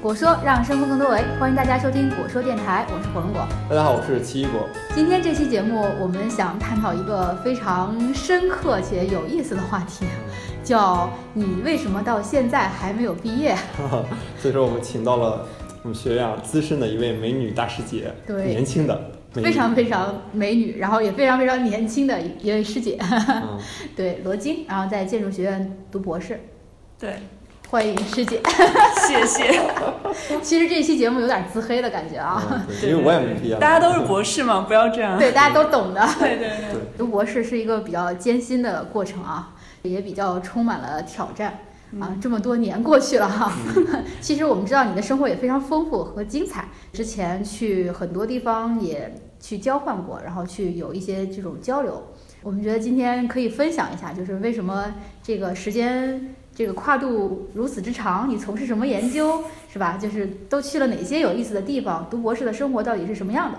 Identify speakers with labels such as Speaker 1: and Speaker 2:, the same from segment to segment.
Speaker 1: 果说让生活更多维，欢迎大家收听果说电台，我是火龙果。
Speaker 2: 大家好，我是奇异果。
Speaker 1: 今天这期节目，我们想探讨一个非常深刻且有意思的话题，叫“你为什么到现在还没有毕业
Speaker 2: 所以说我们请到了 我们学院啊资深的一位美女大师姐，
Speaker 1: 对
Speaker 2: 年轻的”？美女，
Speaker 1: 非常非常美女，然后也非常非常年轻的一位师姐，
Speaker 2: 嗯，
Speaker 1: 对罗京，然后在建筑学院读博士。
Speaker 3: 对，
Speaker 1: 欢迎师姐。
Speaker 3: 谢谢。
Speaker 1: 其实这期节目有点自黑的感觉 啊，
Speaker 2: 嗯 对因为我也没毕业，
Speaker 3: 大家都是博士嘛，不要这样。
Speaker 1: 对，大家都懂的。
Speaker 3: 对对对
Speaker 2: 对
Speaker 1: 读博士是一个比较艰辛的过程啊，也比较充满了挑战啊。这么多年过去了哈、 其实我们知道你的生活也非常丰富和精彩，之前去很多地方也去交换过，然后去有一些这种交流。我们觉得今天可以分享一下，就是为什么这个时间这个跨度如此之长，你从事什么研究是吧？就是都去了哪些有意思的地方，读博士的生活到底是什么样的？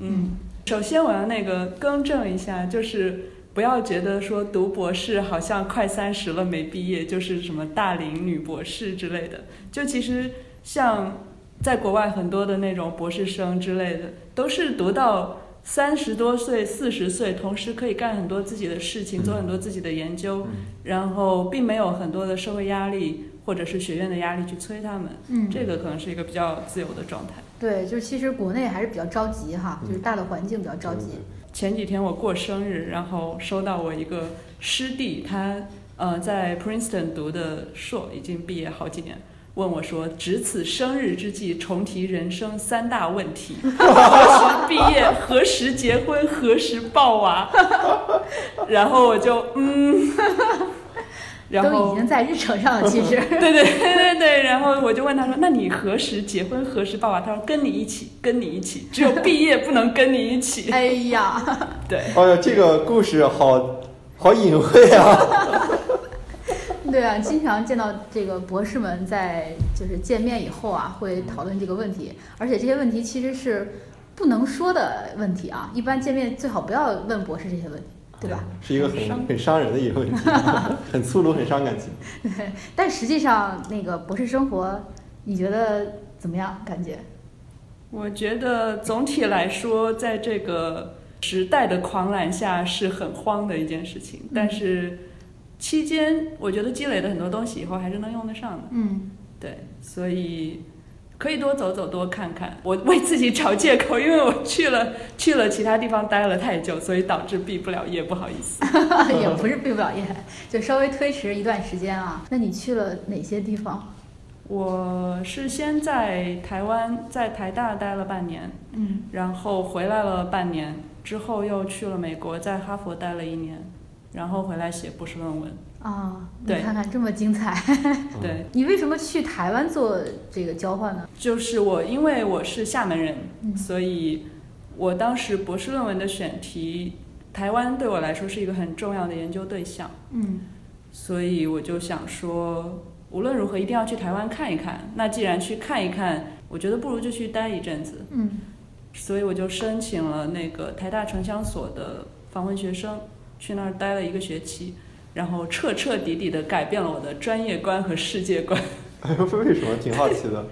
Speaker 3: 嗯， 首先我要那个更正一下，就是不要觉得说读博士好像快三十了没毕业，就是什么大龄女博士之类的。就其实像在国外很多的那种博士生之类的，都是读到。三十多岁、四十岁，同时可以干很多自己的事情，
Speaker 2: 嗯
Speaker 3: 做很多自己的研究，
Speaker 2: 嗯
Speaker 3: 然后并没有很多的社会压力或者是学院的压力去催他们，
Speaker 1: 嗯
Speaker 3: 这个可能是一个比较自由的状态。
Speaker 1: 对，就是其实国内还是比较着急哈，就是大的环境比较着急。
Speaker 3: 前几天我过生日，然后收到我一个师弟，他呃在 Princeton 读的硕，已经毕业好几年，问我说：“值此生日之际，重提人生三大问题：何时毕业，何时结婚，何时抱娃。” 然后我就嗯， 然
Speaker 1: 都
Speaker 3: 后
Speaker 1: 已经在日程上了，其 实
Speaker 3: 对对对对对，然后我就问他说：“那你何时结婚，何时抱娃？”他说：“跟你一起，跟你一起，只有毕业不能跟你一起。
Speaker 1: 哎呀，”
Speaker 3: 对。
Speaker 2: 哎呦，这个故事好好隐晦啊。
Speaker 1: 对啊，经常见到这个博士们在就是见面以后啊，会讨论这个问题，而且这些问题其实是不能说的问题啊，一般见面最好不要问博士这些问题，对吧？？
Speaker 2: 是一个
Speaker 3: 很
Speaker 2: 很
Speaker 3: 伤
Speaker 2: 很伤人的一个 问题，很粗鲁，很伤感情。
Speaker 1: 对，但实际上那个博士生活，你觉得怎么样？感觉？
Speaker 3: 我觉得总体来说，在这个时代的狂澜下是很慌的一件事情，但是期间我觉得积累的很多东西以后还是能用得上的，
Speaker 1: 嗯，
Speaker 3: 对，所以可以多走走，多看看。我为自己找借口，因为我去了去了其他地方待了太久，所以导致毕不了业，不好意思。
Speaker 1: 也不是毕不了业，就稍微推迟一段时间啊。那你去了哪些地方？
Speaker 3: 我是先在台湾，在台大待了半年，
Speaker 1: 嗯，
Speaker 3: 然后回来了半年，之后又去了美国，在哈佛待了一年，然后回来写博士论文。
Speaker 1: 啊，你
Speaker 3: 对
Speaker 1: 看看这么精彩，
Speaker 2: 嗯
Speaker 3: 对，
Speaker 1: 你为什么去台湾做这个交换呢？
Speaker 3: 就是我，因为我是厦门人，
Speaker 1: 嗯
Speaker 3: 所以我当时博士论文的选题，台湾对我来说是一个很重要的研究对象，
Speaker 1: 嗯
Speaker 3: 所以我就想说，无论如何一定要去台湾看一看。那既然去看一看，我觉得不如就去待一阵子，
Speaker 1: 嗯
Speaker 3: 所以我就申请了那个台大城乡所的访问学生，去那儿待了一个学期，然后彻彻底底的改变了我的专业观和世界观。
Speaker 2: 哎呦， 为什么？挺好奇的。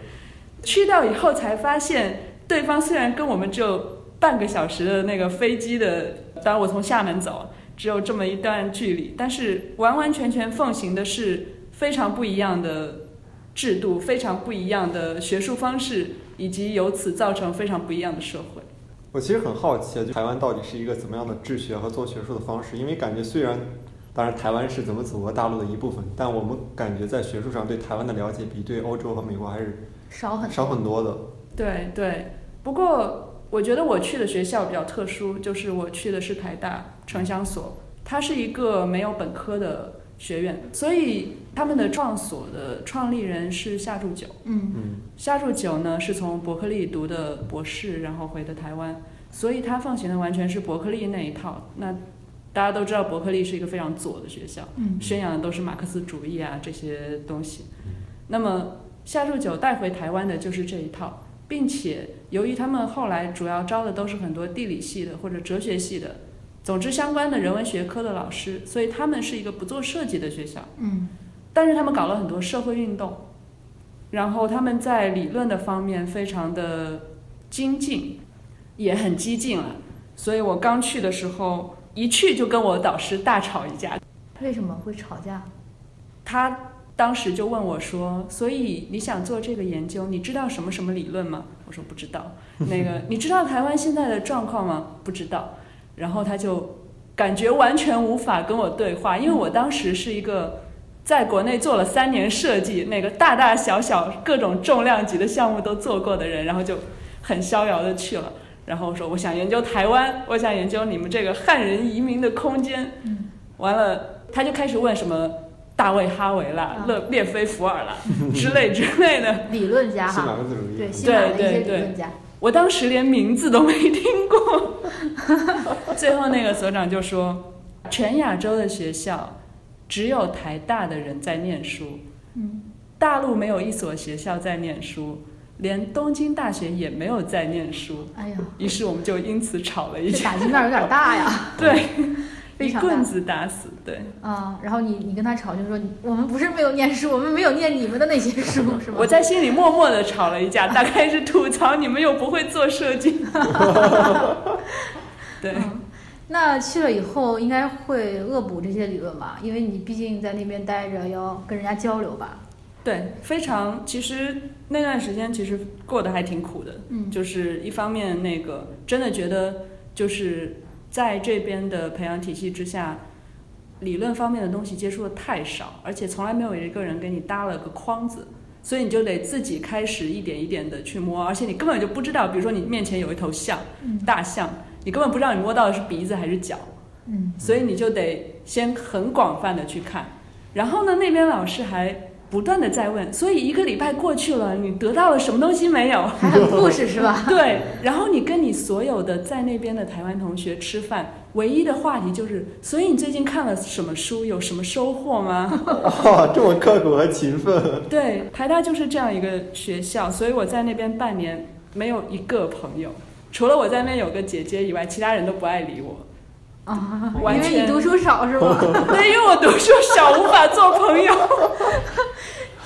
Speaker 3: 去到以后才发现，对方虽然跟我们只有半个小时的那个飞机的，当然我从厦门走，只有这么一段距离，但是完完全全奉行的是非常不一样的制度，非常不一样的学术方式，以及由此造成非常不一样的社会。
Speaker 2: 我其实很好奇，啊就台湾到底是一个怎么样的治学和做学术的方式？因为感觉虽然，当然台湾是怎么祖国大陆的一部分，但我们感觉在学术上对台湾的了解比对欧洲和美国还是
Speaker 1: 少很
Speaker 2: 少很多的。
Speaker 3: 对对，不过我觉得我去的学校比较特殊，就是我去的是台大城乡所，它是一个没有本科的学院，所以他们的创所的创立人是夏柱九。
Speaker 1: 嗯
Speaker 2: 嗯，
Speaker 3: 夏柱九呢是从伯克利读的博士，然后回的台湾，所以他奉行的完全是伯克利那一套。那大家都知道，伯克利是一个非常左的学校。
Speaker 1: 嗯
Speaker 3: 宣扬的都是马克思主义啊这些东西。那么夏柱九带回台湾的就是这一套，并且由于他们后来主要招的都是很多地理系的或者哲学系的，总之相关的人文学科的老师，所以他们是一个不做设计的学校，
Speaker 1: 嗯
Speaker 3: 但是他们搞了很多社会运动。然后他们在理论的方面非常的精进，也很激进了。所以我刚去的时候，一去就跟我导师大吵一架。
Speaker 1: 为什么会吵架？
Speaker 3: 他当时就问我说：“所以你想做这个研究，你知道什么什么理论吗？”我说：“不知道。” 那个，你知道台湾现在的状况吗？不知道。然后他就感觉完全无法跟我对话，因为我当时是一个在国内做了三年设计，那个大大小小各种重量级的项目都做过的人，然后就很逍遥的去了。然后说我想研究台湾，我想研究你们这个汉人移民的空间。
Speaker 1: 嗯，
Speaker 3: 完了，他就开始问什么大卫哈维啦
Speaker 1: 啊、
Speaker 3: 勒列菲福尔啦之类之类的。
Speaker 1: 理论家
Speaker 2: 新马
Speaker 1: 哈，
Speaker 2: 克思主义，
Speaker 1: 对， 新马的一些
Speaker 3: 对
Speaker 1: 理论家，
Speaker 3: 我当时连名字都没听过。 最后那个所长就说，全亚洲的学校只有台大的人在念书，
Speaker 1: 嗯，
Speaker 3: 大陆没有一所学校在念书，连东京大学也没有在念书。
Speaker 1: 哎呀，
Speaker 3: 于是我们就因此吵了一
Speaker 1: 这
Speaker 3: 架，
Speaker 1: 打击面有点大呀。
Speaker 3: 对，
Speaker 1: 非
Speaker 3: 一
Speaker 1: 常大
Speaker 3: 棍子打死，对。
Speaker 1: 啊，然后你你跟他吵，就说你我们不是没有念书，我们没有念你们的那些 书，是吗？
Speaker 3: 我在心里默默的吵了一架，大概是吐槽你们又不会做设 计。对，
Speaker 1: 嗯那去了以后应该会恶补这些理论吧，因为你毕竟在那边待着，要跟人家交流吧。
Speaker 3: 对，非常。其实那段时间其实过得还挺苦的，
Speaker 1: 嗯
Speaker 3: 就是一方面那个真的觉得就是在这边的培养体系之下，理论方面的东西接触的太少，而且从来没有一个人给你搭了个框子。所以你就得自己开始一点一点的去摸，而且你根本就不知道，比如说你面前有一头象，
Speaker 1: 嗯
Speaker 3: 大象，你根本不知道你摸到的是鼻子还是脚，
Speaker 1: 嗯
Speaker 3: 所以你就得先很广泛的去看。然后呢，那边老师还不断的在问，所以一个礼拜过去了，你得到了什么东西 没有？
Speaker 1: 还很故事是吧？
Speaker 3: 对，然后你跟你所有的在那边的台湾同学吃饭，唯一的话题就是，所以你最近看了什么书，有什么收获吗？
Speaker 2: 哇，哦这么刻苦和勤奋，
Speaker 3: 对，台大就是这样一个学校，所以我在那边半年没有一个朋友，除了我在那边有个姐姐以外，其他人都不爱理我。
Speaker 1: 啊， 因
Speaker 3: 完
Speaker 1: 为你
Speaker 3: 全
Speaker 1: 读书少是吗？
Speaker 3: 对，因为我读书少，无法做朋友。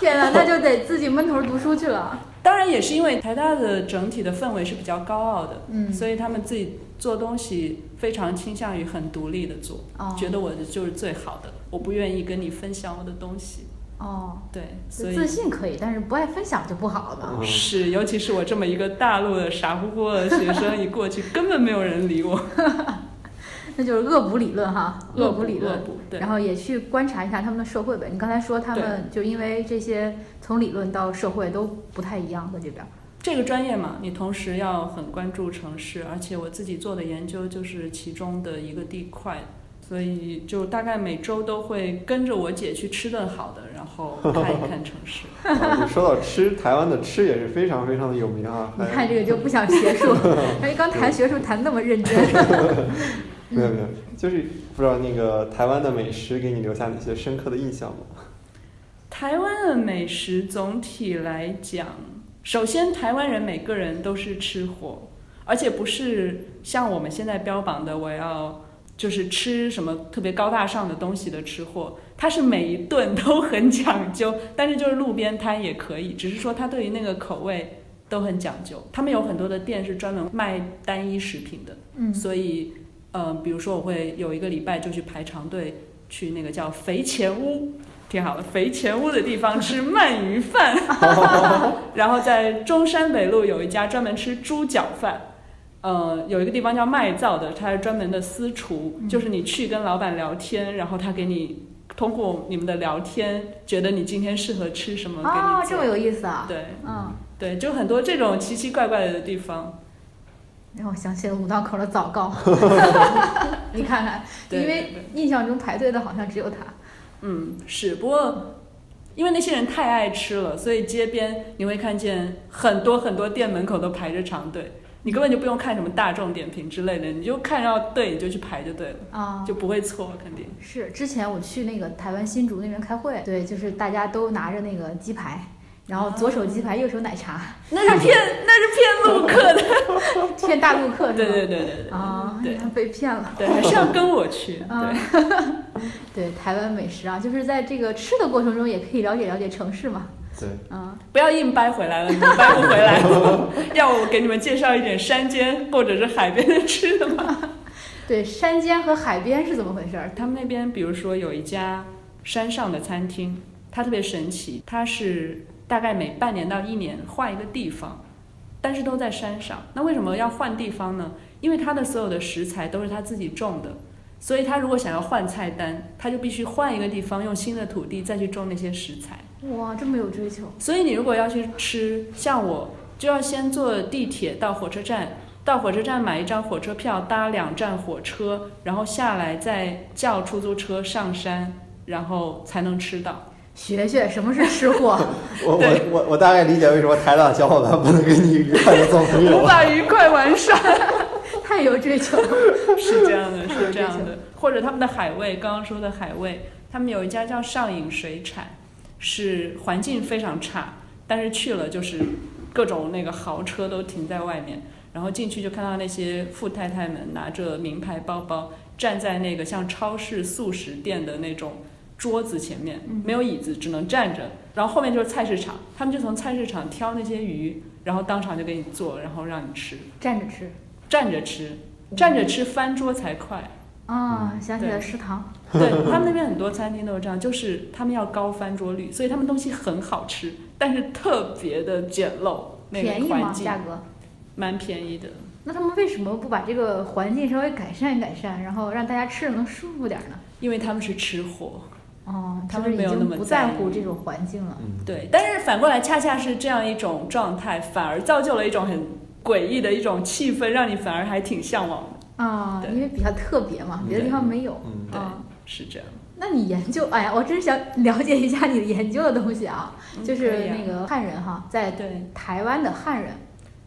Speaker 1: 天哪，那就得自己闷头读书去了。
Speaker 3: 当然也是因为台大的整体的氛围是比较高傲的，
Speaker 1: 嗯，
Speaker 3: 所
Speaker 1: 以
Speaker 3: 以他们自己做东西非常倾向于很独立的做，
Speaker 1: 哦
Speaker 3: 觉得我的就是最好的，我不愿意跟你分享我的东西。
Speaker 1: 哦，
Speaker 3: 对，所以
Speaker 1: 自信可以，但是不爱分享就不好了吧？
Speaker 2: 嗯
Speaker 3: 是，尤其是我这么一个大陆的傻乎乎的学生，一过去根本没有人理我。
Speaker 1: 那就是恶补理论哈，恶补理论
Speaker 3: 恶。补对
Speaker 1: 然后也去观察一下他们的社会呗。你刚才说他们就因为这些从理论到社会都不太一样的这边儿，
Speaker 3: 这个专业嘛，你同时要很关注城市，而且我自己做的研究就是其中的一个地块，所以就大概每周都会跟着我姐去吃顿好的，然后看一看城市。
Speaker 2: 啊你说到吃，台湾的吃也是非常非常的有名啊。
Speaker 3: 嗯
Speaker 1: 你
Speaker 2: 还
Speaker 1: 看这个就不想学术， 因为刚谈学术谈那么认真。 嗯
Speaker 2: 没有没有，就是不知道那个台湾的美食给你留下哪些深刻的印象吗？
Speaker 3: 台湾的美食总体来讲，首先台湾人每个人都是吃货，而且不是像我们现在标榜的我要就是吃什么特别高大上的东西的吃货，他是每一顿都很讲究，但是就是路边摊也可以，只是说他对于那个口味都很讲究。他们有很多的店是专门卖单一食品的，
Speaker 1: 嗯
Speaker 3: 所以，呃，比如说我会有一个礼拜就去排长队去那个叫肥前屋，挺好的，肥前屋的地方吃鳗鱼饭， 然后在中山北路有一家专门吃猪脚饭。呃，有一个地方叫麦灶的，它是专门的私厨，
Speaker 1: 嗯
Speaker 3: 就是你去跟老板聊天，然后他给你通过你们的聊天，觉得你今天适合吃什么，给
Speaker 1: 哦，
Speaker 3: 你
Speaker 1: 这么
Speaker 3: 做。
Speaker 1: 有意思啊！
Speaker 3: 对
Speaker 1: 嗯，
Speaker 3: 对，就很多这种奇奇怪怪的地方。
Speaker 1: 让我想起了五道口的早 高。你看看，
Speaker 3: 对
Speaker 1: 因为
Speaker 3: 对对
Speaker 1: 印象中排队的好像只有他。
Speaker 3: 嗯，是，不过因为那些人太爱吃了，所以街边你会看见很多很多店门口都排着长队，你根本就不用看什么大众点评之类的，你就看到队你就去排就对了，
Speaker 1: 啊，
Speaker 3: 就不会错，肯定。
Speaker 1: 是之前我去那个台湾新竹那边开会，对，就是大家都拿着那个鸡排，然后左手鸡排，右手奶茶，
Speaker 3: 那是 骗，那是骗路客的。
Speaker 1: 骗大陆客是吗？
Speaker 3: 对对对对对嗯
Speaker 1: 啊，
Speaker 3: 对
Speaker 1: 他被骗了。
Speaker 3: 对，还是要跟我去。
Speaker 1: 啊
Speaker 3: 对，
Speaker 1: 对台湾美食啊，就是在这个吃的过程中也可以了解了解城市嘛。
Speaker 2: 对，
Speaker 1: 嗯，
Speaker 3: 不要硬掰回来了，你们掰不回来了。 要我给你们介绍一点山间或者是海边的吃的吗？
Speaker 1: 对，山间和海边是怎么回事儿？
Speaker 3: 他们那边，比如说有一家山上的餐厅，它特别神奇，它是大概每半年到一年换一个地方，但是都在山上。那为什么要换地方呢？因为它的所有的食材都是他自己种的，所以他如果想要换菜单，他就必须换一个地方，用新的土地再去种那些食材。
Speaker 1: 哇，这么有追求，
Speaker 3: 所以你如果要去吃，像我就要先坐地铁到火车站，到火车站买一张火车票，搭两站火车，然后下来再叫出租车上山，然后才能吃到。
Speaker 1: 学学什么是吃货。
Speaker 2: 我
Speaker 3: 对
Speaker 2: 我我我大概理解为什么台大小伙伴不能跟你愉快的做朋友
Speaker 3: 无
Speaker 2: 了。
Speaker 3: 法愉快玩耍，
Speaker 1: 太有追求了。
Speaker 3: 是这样的，是这样的。或者他们的海味，刚刚说的海味，他们有一家叫上影水产，是环境非常差，但是去了就是各种那个豪车都停在外面，然后进去就看到那些富太太们拿着名牌包包，站在那个像超市速食店的那种桌子前面
Speaker 1: 嗯，
Speaker 3: 没有椅子，只能站着。然后后面就是菜市场，他们就从菜市场挑那些鱼，然后当场就给你做，然后让你吃，
Speaker 1: 站着吃
Speaker 3: 站着吃，站着吃翻桌才快。
Speaker 1: 嗯啊、想起了食堂，
Speaker 3: 对他们那边很多餐厅都是这样，就是他们要高翻桌率，所以他们东西很好吃，但是特别的简陋，那
Speaker 1: 便
Speaker 3: 个
Speaker 1: 宜吗？
Speaker 3: 环境
Speaker 1: 价格？
Speaker 3: 蛮便宜的。
Speaker 1: 那他们为什么不把这个环境稍微改善改善，然后让大家吃着能舒服点儿呢？
Speaker 3: 因为他们是吃货，
Speaker 1: 哦，
Speaker 3: 他
Speaker 1: 就是
Speaker 3: 们没有
Speaker 1: 已
Speaker 3: 那么
Speaker 1: 经不在
Speaker 3: 在
Speaker 1: 乎
Speaker 3: 意
Speaker 1: 这种环境了。
Speaker 2: 嗯，
Speaker 3: 对，但是反过来恰恰是这样一种状态，反而造就了一种很诡异的一种气氛，让你反而还挺向往的。
Speaker 1: 啊，
Speaker 3: 对
Speaker 1: 因为比较特别嘛，别的地方没有。
Speaker 2: 嗯，
Speaker 3: 对
Speaker 1: 啊，
Speaker 3: 是这样，
Speaker 1: 那你研究，哎呀，我真想了解一下你的研究的东西啊，
Speaker 3: 嗯
Speaker 1: 就
Speaker 3: 可
Speaker 1: 是
Speaker 3: 以啊
Speaker 1: 那个汉人哈，在
Speaker 3: 对
Speaker 1: 台湾的汉人，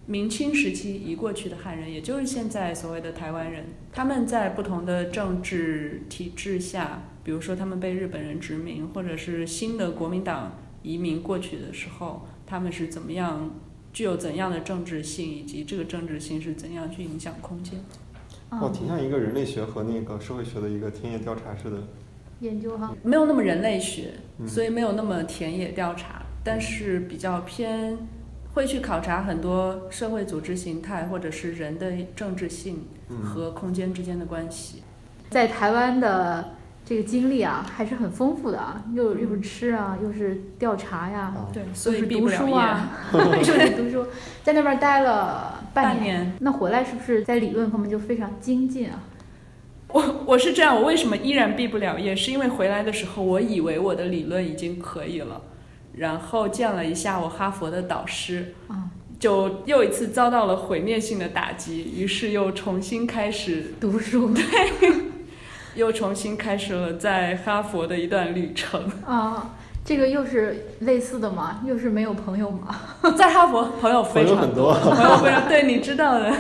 Speaker 3: 明清时期移过去的汉人，也就是现在所谓的台湾人，他们在不同的政治体制下，比如说他们被日本人殖民，或者是新的国民党移民过去的时候，他们是怎么样具有怎样的政治性，以及这个政治性是怎样去影响空间。
Speaker 1: 啊
Speaker 2: 我，哦挺像一个人类学和那个社会学的一个田野调查式的，
Speaker 1: 研究哈，
Speaker 3: 没有那么人类学，
Speaker 2: 嗯
Speaker 3: 所以没有那么田野调查，但是比较偏会去考察很多社会组织形态，或者是人的政治性
Speaker 2: 嗯，
Speaker 3: 和空间之间的关系。
Speaker 1: 在台湾的这个经历啊，还是很丰富的啊，又又是吃啊，又是调查呀，
Speaker 2: 啊，
Speaker 3: 对，所
Speaker 1: 又
Speaker 3: 以
Speaker 1: 是
Speaker 3: 毕
Speaker 1: 读
Speaker 3: 不了
Speaker 1: 书
Speaker 3: 业。
Speaker 1: 啊， 又是读书，在那边待了半
Speaker 3: 半年，
Speaker 1: 那回来是不是在理论方面就非常精进啊？
Speaker 3: 我我是这样，我为什么依然毕不了业？是因为回来的时候，我以为我的理论已经可以了，然后见了一下我哈佛的导师，
Speaker 1: 啊，
Speaker 3: 就又一次遭到了毁灭性的打击，于是又重新开始，
Speaker 1: 读书
Speaker 3: 又重新开始了在哈佛的一段旅程。
Speaker 1: 啊，这个又是类似的嘛，又是没有朋友嘛。
Speaker 3: 在哈佛，朋友
Speaker 2: 朋
Speaker 3: 非
Speaker 2: 友
Speaker 3: 常
Speaker 2: 很，多，
Speaker 3: 朋友非常，对你知道的，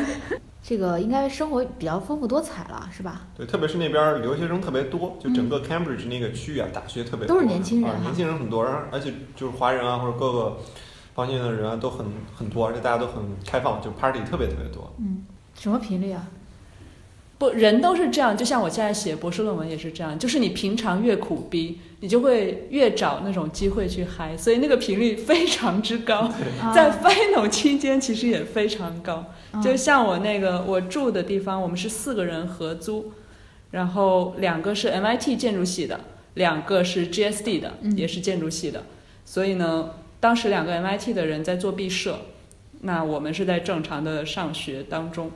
Speaker 1: 这个应该生活比较丰富多彩了，是吧？
Speaker 2: 对，特别是那边儿留学生特别多，就整个 Cambridge 那个区域啊，大学特别
Speaker 1: 嗯
Speaker 2: 多
Speaker 1: 都是年轻人
Speaker 2: 啊
Speaker 1: 哈
Speaker 2: 年轻人很多，然后而且就是华人啊或者各个方面的人啊都很很多，而且大家都很开放，就 party 特别特别多。
Speaker 1: 嗯，什么频率啊？
Speaker 3: 不，人都是这样，就像我现在写博士论文也是这样，就是你平常越苦逼，你就会越找那种机会去嗨，所以那个频率非常之高，
Speaker 1: 啊
Speaker 3: 在 final 期间其实也非常高。
Speaker 1: 啊
Speaker 3: 就像我那个我住的地方，我们是四个人合租，然后两个是 MIT 建筑系的，两个是 GSD 的，
Speaker 1: 嗯
Speaker 3: 也是建筑系的。所以呢，当时两个 MIT 的人在做毕设，那我们是在正常的上学当中，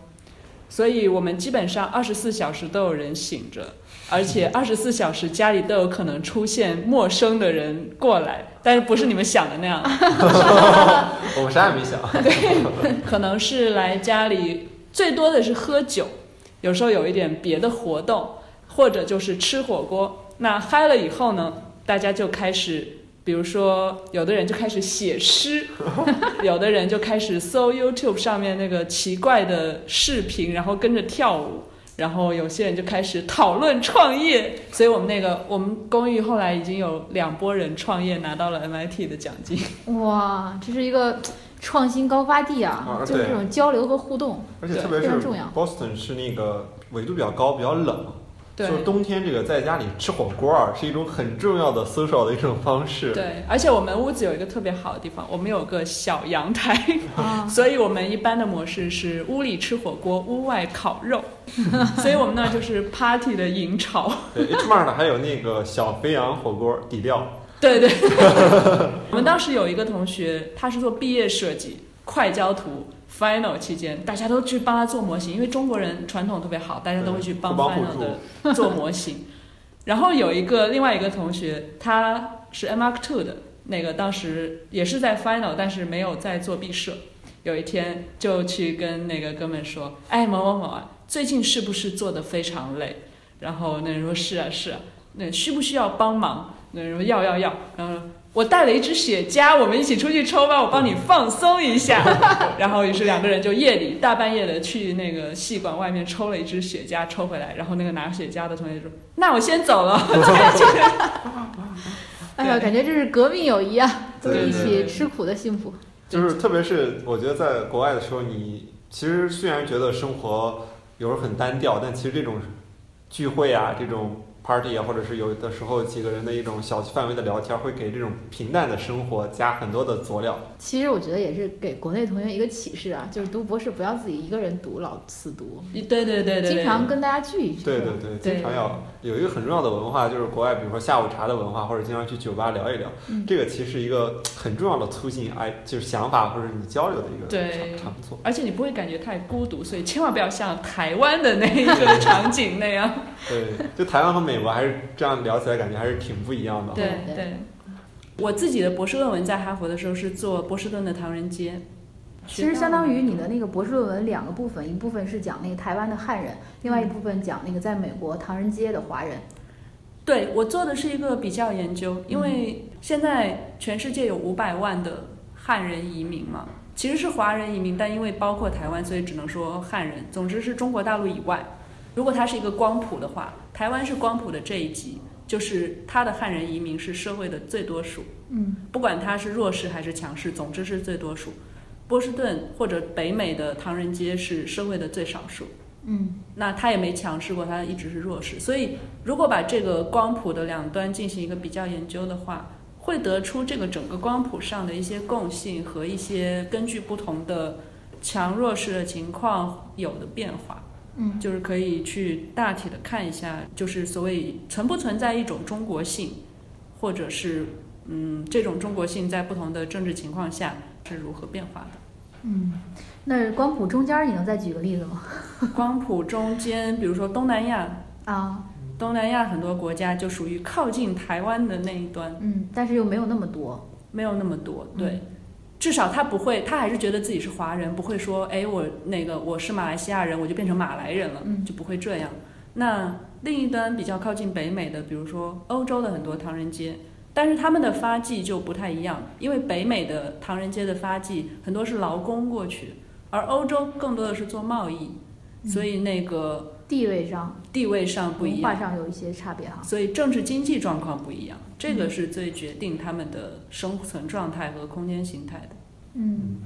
Speaker 3: 所以我们基本上二十四小时都有人醒着。而且二十四小时家里都有可能出现陌生的人过来，但是不是你们想的那样，
Speaker 2: 我们啥也没想，
Speaker 3: 可能是来家里最多的是喝酒，有时候有一点别的活动，或者就是吃火锅。那嗨了以后呢，大家就开始，比如说有的人就开始写诗， 有的人就开始搜 YouTube 上面那个奇怪的视频，然后跟着跳舞。然后有些人就开始讨论创业，所以我们那个我们公寓后来已经有两拨人创业拿到了 MIT 的奖金。
Speaker 1: 哇，这是一个创新高发地啊，
Speaker 2: 啊
Speaker 1: 就是
Speaker 2: 对
Speaker 1: 这种交流和互动。
Speaker 2: 而且特别
Speaker 1: 非常
Speaker 2: 是
Speaker 1: 重要
Speaker 2: Boston 是那个纬度比较高，比较冷，
Speaker 3: 对
Speaker 2: 就是冬天这个在家里吃火锅啊，是一种很重要的 social 的一种方式。
Speaker 3: 对，而且我们屋子有一个特别好的地方，我们有个小阳台，
Speaker 1: 啊，
Speaker 3: 所以我们一般的模式是屋里吃火锅，屋外烤肉，所以我们那儿就是 party 的营潮。
Speaker 2: 对 h Mart 还有那个小肥羊火锅底料，
Speaker 3: 对对，我们当时有一个同学，他是做毕业设计，快交图。final 期间，大家都去帮他做模型，因为中国人传统特别好，大家都会去帮
Speaker 2: 互帮互
Speaker 3: final 的 做模型。然后有一个另外一个同学，他是 M Mark Two 的，那个当时也是在 final，但是没有在做毕设。有一天就去跟那个哥们说：“哎，某某某啊，最近是不是做的非常累？”然后那人说：“是啊，是啊。”那需不需要帮忙？那人说：“要要要。”然后我带了一支雪茄，我们一起出去抽吧，我帮你放松一下。 然后于是两个人就夜里大半夜的去那个戏馆外面抽了一支雪茄，抽回来。然后那个拿雪茄的同学说：“那我先走了。
Speaker 1: 哎呀，感觉这是革命友谊啊，都
Speaker 2: 对
Speaker 1: 一
Speaker 2: 对
Speaker 1: 起
Speaker 3: 对
Speaker 1: 吃苦的幸福。
Speaker 2: 就是特别是我觉得在国外的时候，你其实虽然觉得生活有时候很单调，但其实这种聚会啊，这种 party 啊，或者是有的时候几个人的一种小范围的聊天，会给这种平淡的生活加很多的佐料。
Speaker 1: 其实我觉得也是给国内同学一个启示啊，就是读博士不要自己一个人读，老死读，”
Speaker 3: 对对对对对，
Speaker 1: 经常跟大家聚一聚。
Speaker 2: 对对对，经常要有一个很重要的文化，就是国外，比如说下午茶的文化，或者经常去酒吧聊一聊，
Speaker 1: 嗯
Speaker 2: 这个其实是一个很重要的促进哎，就是想法或者你交流的一个
Speaker 3: 对
Speaker 2: 场场所。
Speaker 3: 而且你不会感觉太孤独，所以千万不要像台湾的那一个场景那样。
Speaker 2: 对，就台湾和美国还是这样聊起来，感觉还是挺不一样的。
Speaker 3: 对对，我自己的博士论文在哈佛的时候是做波士顿的唐人街，
Speaker 1: 其实相
Speaker 3: 于。
Speaker 1: 当于你的那个博士论文两个部分，一部分是讲那个台湾的汉人，另外一部分讲那个在美国唐人街的华人。
Speaker 3: 对我做的是一个比较研究，因为现在全世界有五百万的汉人移民嘛，其实是华人移民，但因为包括台湾，所以只能说汉人。总之是中国大陆以外，如果它是一个光谱的话，台湾是光谱的这一极，就是它的汉人移民是社会的最多数。
Speaker 1: 嗯，
Speaker 3: 不管他是弱势还是强势，总之是最多数。波士顿或者北美的唐人街是社会的最少数。
Speaker 1: 嗯，
Speaker 3: 那他也没强势过，他一直是弱势。所以，如果把这个光谱的两端进行一个比较研究的话，会得出这个整个光谱上的一些共性和一些根据不同的强弱势的情况有的变化。
Speaker 1: 嗯，
Speaker 3: 就是可以去大体的看一下，就是所谓存不存在一种中国性，或者是嗯，这种中国性在不同的政治情况下是如何变化的。
Speaker 1: 嗯那光谱中间你能再举个例子吗？
Speaker 3: 光谱中间，比如说东南亚，
Speaker 1: 啊，
Speaker 3: 东南亚很多国家就属于靠近台湾的那一端，
Speaker 1: 嗯，但是又没有那么多。
Speaker 3: 没有那么多。
Speaker 1: 嗯
Speaker 3: 对，至少他不会，他还是觉得自己是华人，不会说，哎，我那个我是马来西亚人，我就变成马来人了，
Speaker 1: 嗯
Speaker 3: 就不会这样。那另一端比较靠近北美的，比如说欧洲的很多唐人街，但是他们的发迹就不太一样，因为北美的唐人街的发迹很多是劳工过去，而欧洲更多的是做贸易，所以那个
Speaker 1: 嗯地位上、
Speaker 3: 地位上不
Speaker 1: 文
Speaker 3: 一
Speaker 1: 化
Speaker 3: 样。
Speaker 1: 上有一些差别哈。
Speaker 3: 所以政治经济状况不一样，这个是最决定他们的生存状态和空间形态的。
Speaker 1: 嗯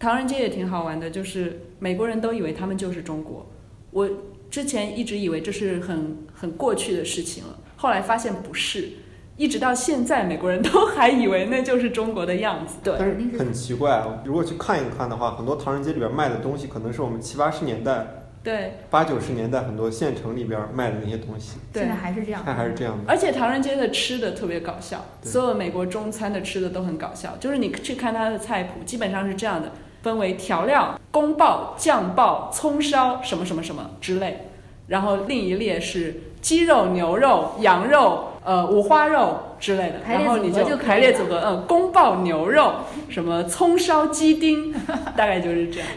Speaker 3: 唐人街也挺好玩的，就是美国人都以为他们就是中国，我之前一直以为这是很很过去的事情了，后来发现不是，一直到现在美国人都 还以为那就是中国的样子。对，
Speaker 2: 但是
Speaker 1: 肯定是
Speaker 2: 很奇怪啊，如果去看一看的话，很多唐人街里边卖的东西，可能是我们七八十年代、
Speaker 3: 对，
Speaker 2: 八九十年代很多县城里边卖的那些东西，
Speaker 3: 对
Speaker 1: 现在还是这样。
Speaker 2: 看还是这样的。
Speaker 3: 而且唐人街的吃的特别搞笑，
Speaker 2: 对
Speaker 3: 所有美国中餐的吃的都很搞笑。就是你去看它的菜谱，基本上是这样的，分为调料、宫爆、酱爆、葱烧什么什么什么之类，然后另一列是鸡肉、牛肉、羊肉、呃五花肉之类的，
Speaker 1: 排列
Speaker 3: 然后你
Speaker 1: 组合就
Speaker 3: 就
Speaker 1: 可以
Speaker 3: 排列组合，嗯，宫爆牛肉，什么葱烧鸡丁， 大概就是这样。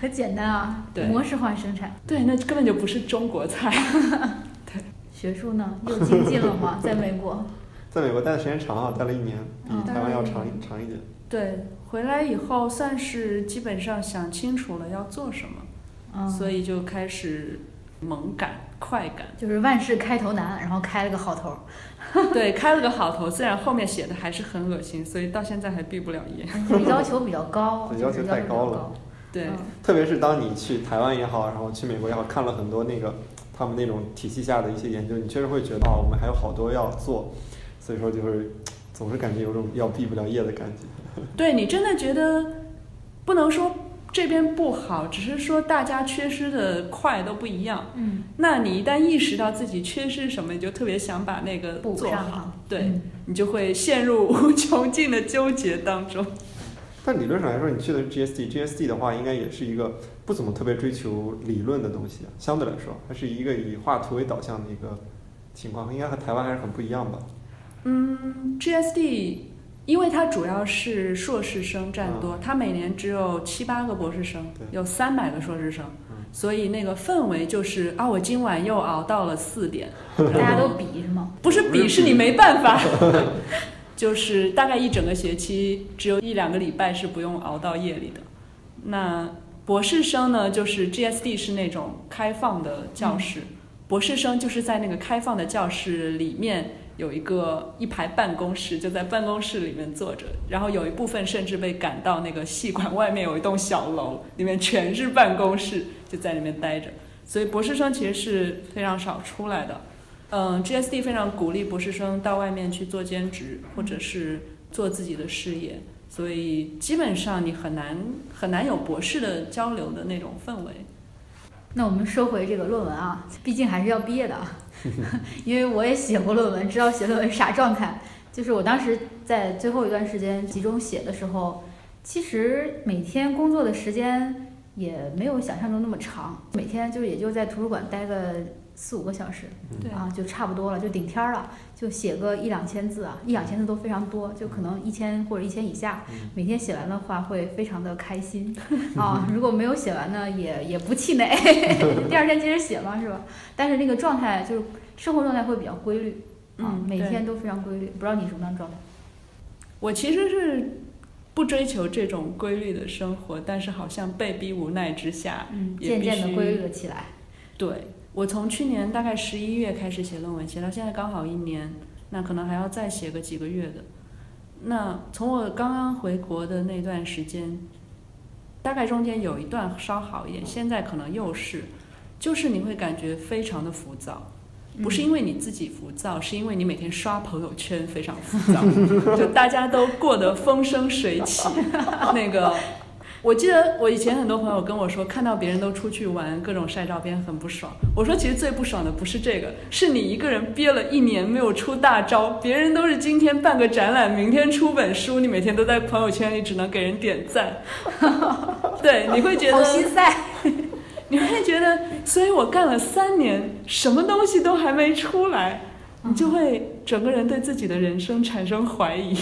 Speaker 1: 很简单啊，
Speaker 3: 对
Speaker 1: 模式化生产。
Speaker 3: 对，那根本就不是中国菜。
Speaker 1: 学术呢又精进了吗？在美国，
Speaker 2: 在美国待的时间长啊，待了一年，比
Speaker 1: 嗯
Speaker 2: 台湾要长一长一点。
Speaker 3: 对，回来以后算是基本上想清楚了要做什么。
Speaker 1: 嗯，。
Speaker 3: 所以就开始猛感、快感
Speaker 1: 就是万事开头难，然后开了个好头儿。
Speaker 3: 对，开了个好头，虽然后面写的还是很恶心，所以到现在还毕不了业。
Speaker 1: 就是要求比较高，
Speaker 2: 对
Speaker 1: 就是
Speaker 2: 要求太
Speaker 1: 比较
Speaker 2: 高
Speaker 1: 高
Speaker 2: 了。
Speaker 3: 对，
Speaker 1: 嗯
Speaker 2: 特别是当你去台湾也好，然后去美国也好，看了很多那个他们那种体系下的一些研究，你确实会觉得啊，我们还有好多要做，所以说就是总是感觉有种要毕不了业的感觉。
Speaker 3: 对你真的觉得不能说这边不好，只是说大家缺失的快都不一样。
Speaker 1: 嗯，
Speaker 3: 那你一旦意识到自己缺失什么，你就特别想把那个
Speaker 1: 嗯补
Speaker 3: 做
Speaker 1: 上
Speaker 3: 好，
Speaker 1: 哈。
Speaker 3: 对
Speaker 1: 嗯
Speaker 3: 你就会陷入无穷尽的纠结当中。
Speaker 2: 但理论上来说，你去的是 GSD，GSD 的话应该也是一个不怎么特别追求理论的东西，啊相对来说，它是一个以画图为导向的一个情况，应该和台湾还是很不一样吧？
Speaker 3: 嗯，GSD，因为它主要是硕士生占多，它每年只有七八个博士生
Speaker 2: 嗯对，
Speaker 3: 有三百个硕士生，
Speaker 2: 嗯
Speaker 3: 所以那个氛围就是啊，我今晚又熬到了四 点，
Speaker 1: 大家
Speaker 3: 然后
Speaker 1: 都比是吗？
Speaker 3: 不是
Speaker 2: 不是
Speaker 3: 鄙视
Speaker 2: 比
Speaker 3: 你没办 法，就是大概一整个学期只有一两个礼拜是不用熬到夜里的。那博士生呢，就是 GSD 是那种开放的教室，博士生就是在那个开放的教室里面有一个一排办公室，就在办公室里面坐着，然后有一部分甚至被赶到那个系馆外面有一栋小楼，里面全是办公室，就在里面待着。所以博士生其实是非常少出来的。嗯，GSD 非常鼓励博士生到外面去做兼职，或者是做自己的事业，所以基本上你很难很难有博士的交流的那种氛围。
Speaker 1: 那我们说回这个论文啊，毕竟还是要毕业的啊，因为我也写过论文，知道写论文是啥状态。就是我当时在最后一段时间集中写的时候，其实每天工作的时间也没有想象中那么长，每天就也就在图书馆待个四五个小时，
Speaker 3: 对
Speaker 1: 啊，就差不多了，就顶天儿了，就写个一两千字啊，一两千字都非常多，就可能一千或者一千以下
Speaker 2: 嗯，
Speaker 1: 每天写完的话会非常的开 心啊。如果没有写完呢，也也不气馁，第二天接着写嘛，是吧？但是那个状态就是生活状态会比较规律啊，
Speaker 3: 嗯
Speaker 1: 每
Speaker 3: 对
Speaker 1: 天都非常规律。不知道你什么样的状态？
Speaker 3: 我其实是不追求这种规律的生活，但是好像被逼无奈之下，
Speaker 1: 嗯，渐
Speaker 3: 也必
Speaker 1: 渐的
Speaker 3: 须
Speaker 1: 规律了起来。
Speaker 3: 对我从去年大概十一月开始写论文，写到现在刚好一年，那可能还要再写个几个月的。那从我刚刚回国的那段时间，大概中间有一段稍好一点，现在可能又是，就是你会感觉非常的浮躁。不
Speaker 1: 嗯
Speaker 3: 是因为你自己浮躁，是因为你每天刷朋友圈非常浮躁， 就大家都过得风生水起。 那个，我记得我以前很多朋友跟我说，看到别人都出去玩，各种晒照片，很不爽。我说，其实最不爽的不是这个，是你一个人憋了一年没有出大招，别人都是今天办个展览，明天出本书，你每天都在朋友圈里只能给人点赞。 对，你会觉得
Speaker 1: 好心塞，
Speaker 3: 你会觉得，所以我干了三年，什么东西都还没出来，你就会整个人对自己的人生产生怀疑。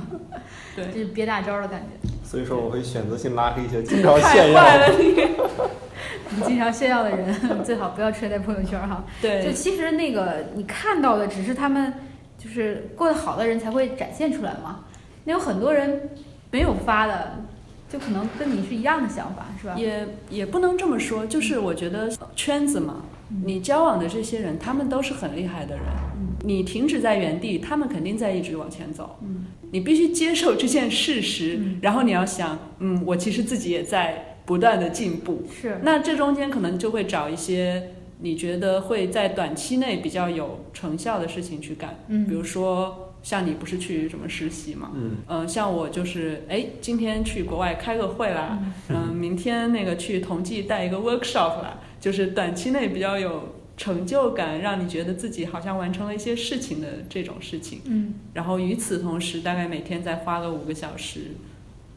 Speaker 3: 对
Speaker 1: 就，是憋大招的感觉。
Speaker 2: 所以说我会选择性拉黑一些经常
Speaker 3: 太
Speaker 2: 炫耀。
Speaker 3: 坏了你。
Speaker 1: 你经常炫耀的人， 最好不要晒在朋友圈哈。就
Speaker 3: 对，
Speaker 1: 其实那个你看到的只是他们就是过得好的人才会展现出来嘛。那有很多人没有发的，就可能跟你是一样的想法，是吧？
Speaker 3: 也也不能这么说，就是我觉得圈子嘛，
Speaker 1: 嗯
Speaker 3: 你交往的这些人，他们都是很厉害的人
Speaker 1: 嗯。
Speaker 3: 你停止在原地，他们肯定在一直往前走。
Speaker 1: 嗯，
Speaker 3: 你必须接受这件事实
Speaker 1: 嗯，
Speaker 3: 然后你要想，嗯，我其实自己也在不断的进步。
Speaker 1: 是，
Speaker 3: 那这中间可能就会找一些你觉得会在短期内比较有成效的事情去干，比
Speaker 1: 嗯，
Speaker 3: 如说像你不是去什么实习嘛，
Speaker 2: 嗯，
Speaker 3: 嗯、像我就是哎，今天去国外开个会啦，嗯、明天那个去同济带一个 workshop 啦，就是短期内比较有成就感，让你觉得自己好像完成了一些事情的这种事情。
Speaker 1: 嗯，
Speaker 3: 然后与此同时，大概每天再花个五个小时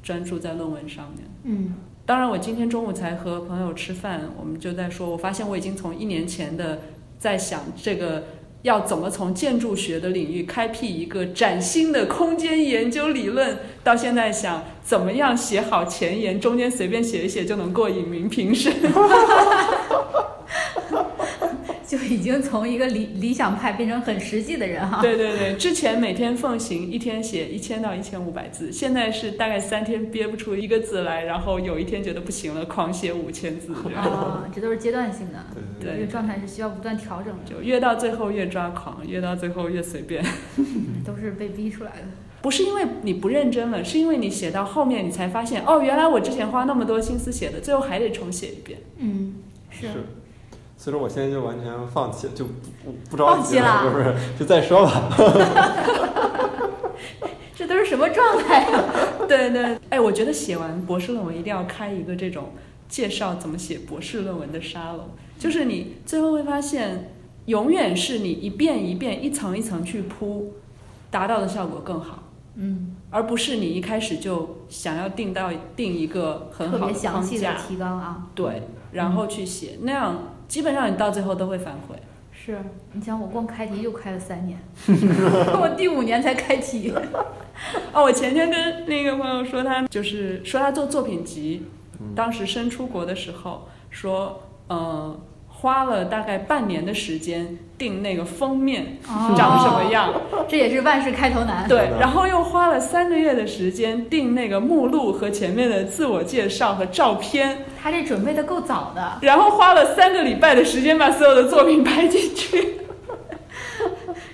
Speaker 3: 专注在论文上面。
Speaker 1: 嗯，
Speaker 3: 当然，我今天中午才和朋友吃饭，我们就在说，我发现我已经从一年前的在想这个要怎么从建筑学的领域开辟一个崭新的空间研究理论，到现在想怎么样写好前言，中间随便写一写就能过影名评审。
Speaker 1: 就已经从一个理理想派变成很实际的人哈。
Speaker 3: 对对对，之前每天奉行一天写一千到一千五百字，现在是大概三天憋不出一个字来，然后有一天觉得不行了，狂写五千字，然后
Speaker 1: 啊，这都是阶段性的，
Speaker 2: 对对对。
Speaker 3: 对
Speaker 1: 这个状态是需要不断调整的，
Speaker 3: 就越到最后越抓狂，越到最后越随便。嗯
Speaker 1: 都是被逼出来的。
Speaker 3: 不是因为你不认真了，是因为你写到后面你才 发现，哦，原来我之前花那么多心思写的，最后还得重写一遍。
Speaker 1: 嗯，是，
Speaker 2: 所以说我现在就完全放弃，就不不着
Speaker 1: 放
Speaker 2: 急
Speaker 1: 弃啦
Speaker 2: 不是，就再说吧。
Speaker 1: 这都是什么状态呀、
Speaker 3: 对对，哎，我觉得写完博士论文一定要开一个这种介绍怎么写博士论文的沙龙，就是你最后会发现，永远是你一遍一遍、一层一层去铺，达到的效果更好，
Speaker 1: 嗯，
Speaker 3: 而不是你一开始就想要定到定一个很
Speaker 1: 嗯特
Speaker 3: 好
Speaker 1: 别
Speaker 3: 的
Speaker 1: 详
Speaker 3: 框
Speaker 1: 细的
Speaker 3: 架，
Speaker 1: 提纲啊。
Speaker 3: 对，然后去写，那样基本上你到最后都会反悔。
Speaker 1: 是啊你想我光开题就开了三 年，我第五年才开题。
Speaker 3: 哦，我前天跟另一个朋友说他，就是说他做作品集，当时申出国的时候说，呃，花了大概半年的时间定那个封面
Speaker 1: 哦
Speaker 3: 长什么样，
Speaker 1: 这也是万事开头难。
Speaker 3: 对，然后又花了三个月的时间定那个目录和前面的自我介绍和照片，
Speaker 1: 他这准备的够早的，
Speaker 3: 然后花了三个礼拜的时间把所有的作品 拍进去。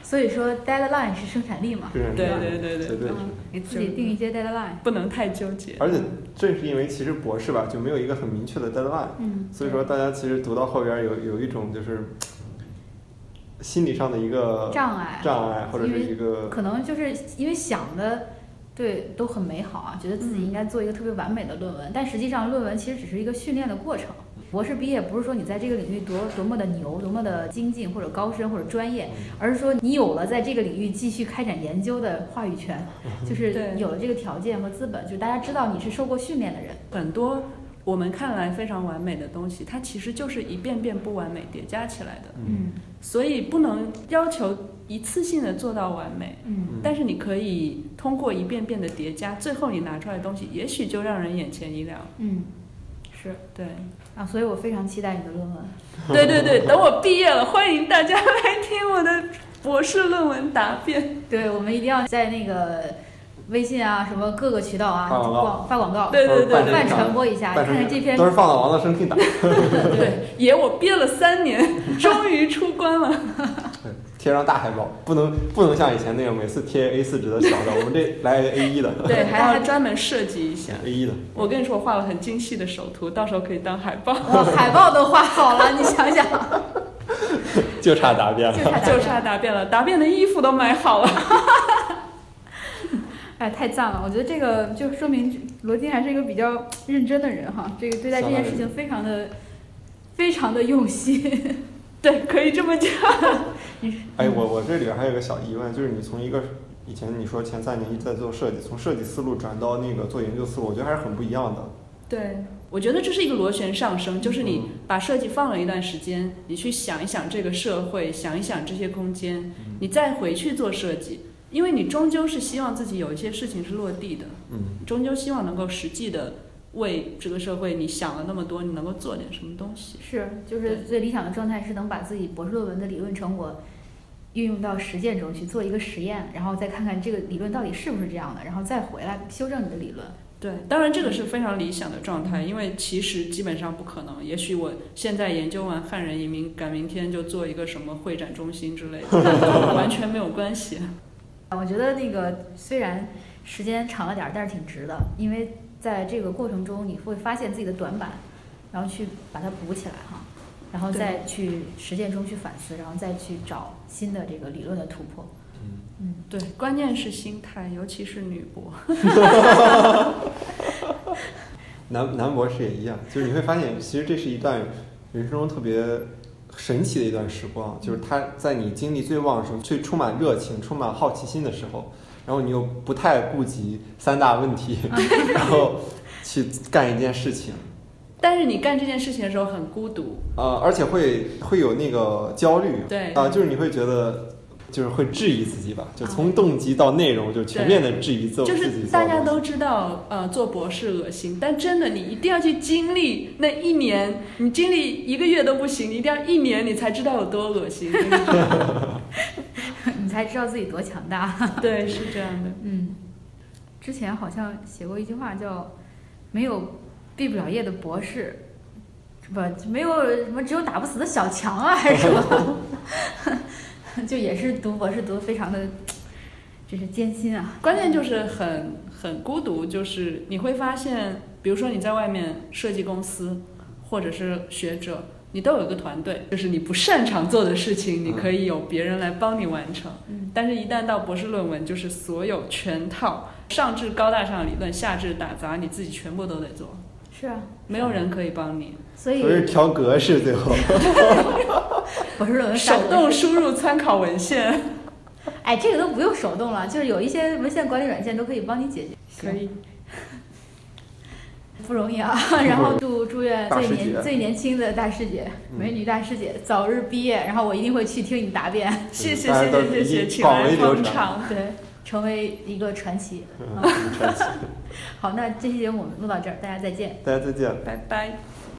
Speaker 1: 所以说 deadline 是生产力嘛。
Speaker 2: 对
Speaker 3: 对对对对
Speaker 2: 绝对是。
Speaker 1: 嗯，给自己定一些 deadline。
Speaker 3: 不能太纠结，
Speaker 2: 而且正是因为其实博士吧，就没有一个很明确的 deadline，
Speaker 1: 嗯，
Speaker 2: 所以说大家其实读到后边儿有有一种就是心理上的一个
Speaker 1: 障碍
Speaker 2: 障碍，或者
Speaker 1: 因
Speaker 2: 是
Speaker 1: 为
Speaker 2: 一个
Speaker 1: 可能就是因为想的，对，都很美好啊，觉得自己应该做一个特别完美的论文，但实际上论文其实只是一个训练的过程。博士毕业不是说你在这个领域多多么的牛、多么的精进或者高深或者专业，而是说你有了在这个领域继续开展研究的话语权，
Speaker 2: 嗯
Speaker 1: 就是
Speaker 3: 对
Speaker 1: 有了这个条件和资本，就大家知道你是受过训练的人。
Speaker 3: 很多我们看来非常完美的东西，它其实就是一遍遍不完美叠加起来的。
Speaker 2: 嗯，
Speaker 3: 所以不能要求一次性的做到完美，
Speaker 1: 嗯
Speaker 2: 嗯
Speaker 3: 但是你可以通过一遍遍的叠加，最后你拿出来的东西，也许就让人眼前一亮。
Speaker 1: 嗯，是
Speaker 3: 对，
Speaker 1: 啊，所以我非常期待你的论文。
Speaker 3: 对对对，等我毕业了，欢迎大家来听我的博士论文答辩。
Speaker 1: 对，我们一定要在那个微信啊，什么各个渠道啊，
Speaker 2: 发广告
Speaker 1: 广发广告，
Speaker 3: 对对对
Speaker 2: 半
Speaker 1: 泛
Speaker 2: 成
Speaker 1: 传播一下，
Speaker 2: 半
Speaker 1: 看
Speaker 2: 成
Speaker 1: 看这篇
Speaker 2: 都是放到王道生听打，
Speaker 3: 对，也我憋了三年，终于出关了。
Speaker 2: 对贴上大海报，不能不能像以前那样每次贴 A 四纸的小的，我们这来 A 一的
Speaker 3: 对，还要专门设计一下。
Speaker 2: ，A 一的，
Speaker 3: 我跟你说，我画了很精细的手图，到时候可以当海报，
Speaker 1: 哇，海报都画好了，你想想，
Speaker 2: 就差答辩
Speaker 1: 就
Speaker 2: 了。
Speaker 1: 差
Speaker 3: 就差答辩了。答辩的衣服都买好了。
Speaker 1: 哎，太赞了！我觉得这个就说明罗金还是一个比较认真的人哈，这个对待这件事情非常的非常的用心。
Speaker 3: 对，可以这么讲。
Speaker 2: 哎，我我这里边还有个小疑问，就是你从一个以前你说前三年一直在做设计，从设计思路转到那个做研究思路，我觉得还是很不一样的。
Speaker 3: 对，我觉得这是一个螺旋上升，就是你把设计放了一段时间，你去想一想这个社会，想一想这些空间，你再回去做设计，因为你终究是希望自己有一些事情是落地的，
Speaker 2: 嗯，
Speaker 3: 终究希望能够实际的为这个社会，你想了那么多，你能够做点什么东西。
Speaker 1: 是，就是最理想的状态是能把自己博士论文的理论成果运用到实践中去做一个实验，然后再看看这个理论到底是不是这样的，然后再回来修正你的理论。
Speaker 3: 对，当然这个是非常理想的状态，因为其实基本上不可能。也许我现在研究完汉人移民，赶明天就做一个什么会展中心之类的，完全没有关系。
Speaker 1: 啊，我觉得那个虽然时间长了点儿，但是挺值的，因为在这个过程中你会发现自己的短板，然后去把它补起来哈，然后
Speaker 3: 对
Speaker 1: 再去实践中去反思，然后再去找新的这个理论的突破。 嗯，
Speaker 3: 对，关键是心态，尤其是女博。
Speaker 2: 男男博士也一样，就是你会发现，其实这是一段人生中特别神奇的一段时光，啊就是他在你精力最旺盛、最充满热情、充满好奇心的时候，然后你又不太顾及三大问题，
Speaker 3: 嗯
Speaker 2: 然后去干一件事情，
Speaker 3: 但是你干这件事情的时候很孤独，
Speaker 2: 呃，而且会会有那个焦虑，
Speaker 3: 对
Speaker 2: 啊、就是你会觉得。就是会质疑自己吧，就从动机到内容，就全面的质疑自我
Speaker 3: 就
Speaker 2: 自己做
Speaker 3: 是
Speaker 2: 的
Speaker 3: 大家
Speaker 2: 东西
Speaker 3: 都知道，呃，做博士恶心，但真的你一定要去经历那一年，你经历一个月都不行，你一定要一年你才知道有多恶心。
Speaker 1: 你才知道自己多强大。
Speaker 3: 对，是这样的。
Speaker 1: 嗯，之前好像写过一句话叫“没有毕不了业的博士”，不，没有什么只有打不死的小强啊，还是什么？就也是读博士读的非常的，真是艰辛啊。
Speaker 3: 关键就是很很孤独，就是你会发现，比如说你在外面设计公司，或者是学者，你都有一个团队，就是你不擅长做的事情，你可以有别人来帮你完成。
Speaker 1: 嗯
Speaker 3: 但是，一旦到博士论文，就是所有全套，上至高大上理论，下至打杂，你自己全部都得做，
Speaker 1: 是啊，
Speaker 3: 没有人可以帮你。
Speaker 1: 所以
Speaker 2: 不是挑格式最 后。
Speaker 1: 博士论文杀
Speaker 3: 手
Speaker 1: 格
Speaker 3: 动输入参考文献，
Speaker 1: 哎，这个都不用手动了，就是有一些文献管理软件都可以帮你解决。
Speaker 3: 可以。
Speaker 1: 不容易啊！然后祝祝愿
Speaker 2: 大
Speaker 1: 最
Speaker 2: 师姐
Speaker 1: 年最年轻的大师姐、
Speaker 2: 嗯
Speaker 1: 美女大师姐早日毕业，然后我一定会去听你答辩，
Speaker 3: 谢谢
Speaker 2: 大家都
Speaker 3: 谢谢谢谢，
Speaker 2: 一
Speaker 3: 请
Speaker 2: 广
Speaker 3: 来
Speaker 2: 为流
Speaker 3: 捧场。
Speaker 1: 对，成为一个传奇。
Speaker 2: 嗯，传奇
Speaker 1: 好，那这期节目我们录到这儿，大家再见。
Speaker 2: 大家再见。
Speaker 3: 拜拜。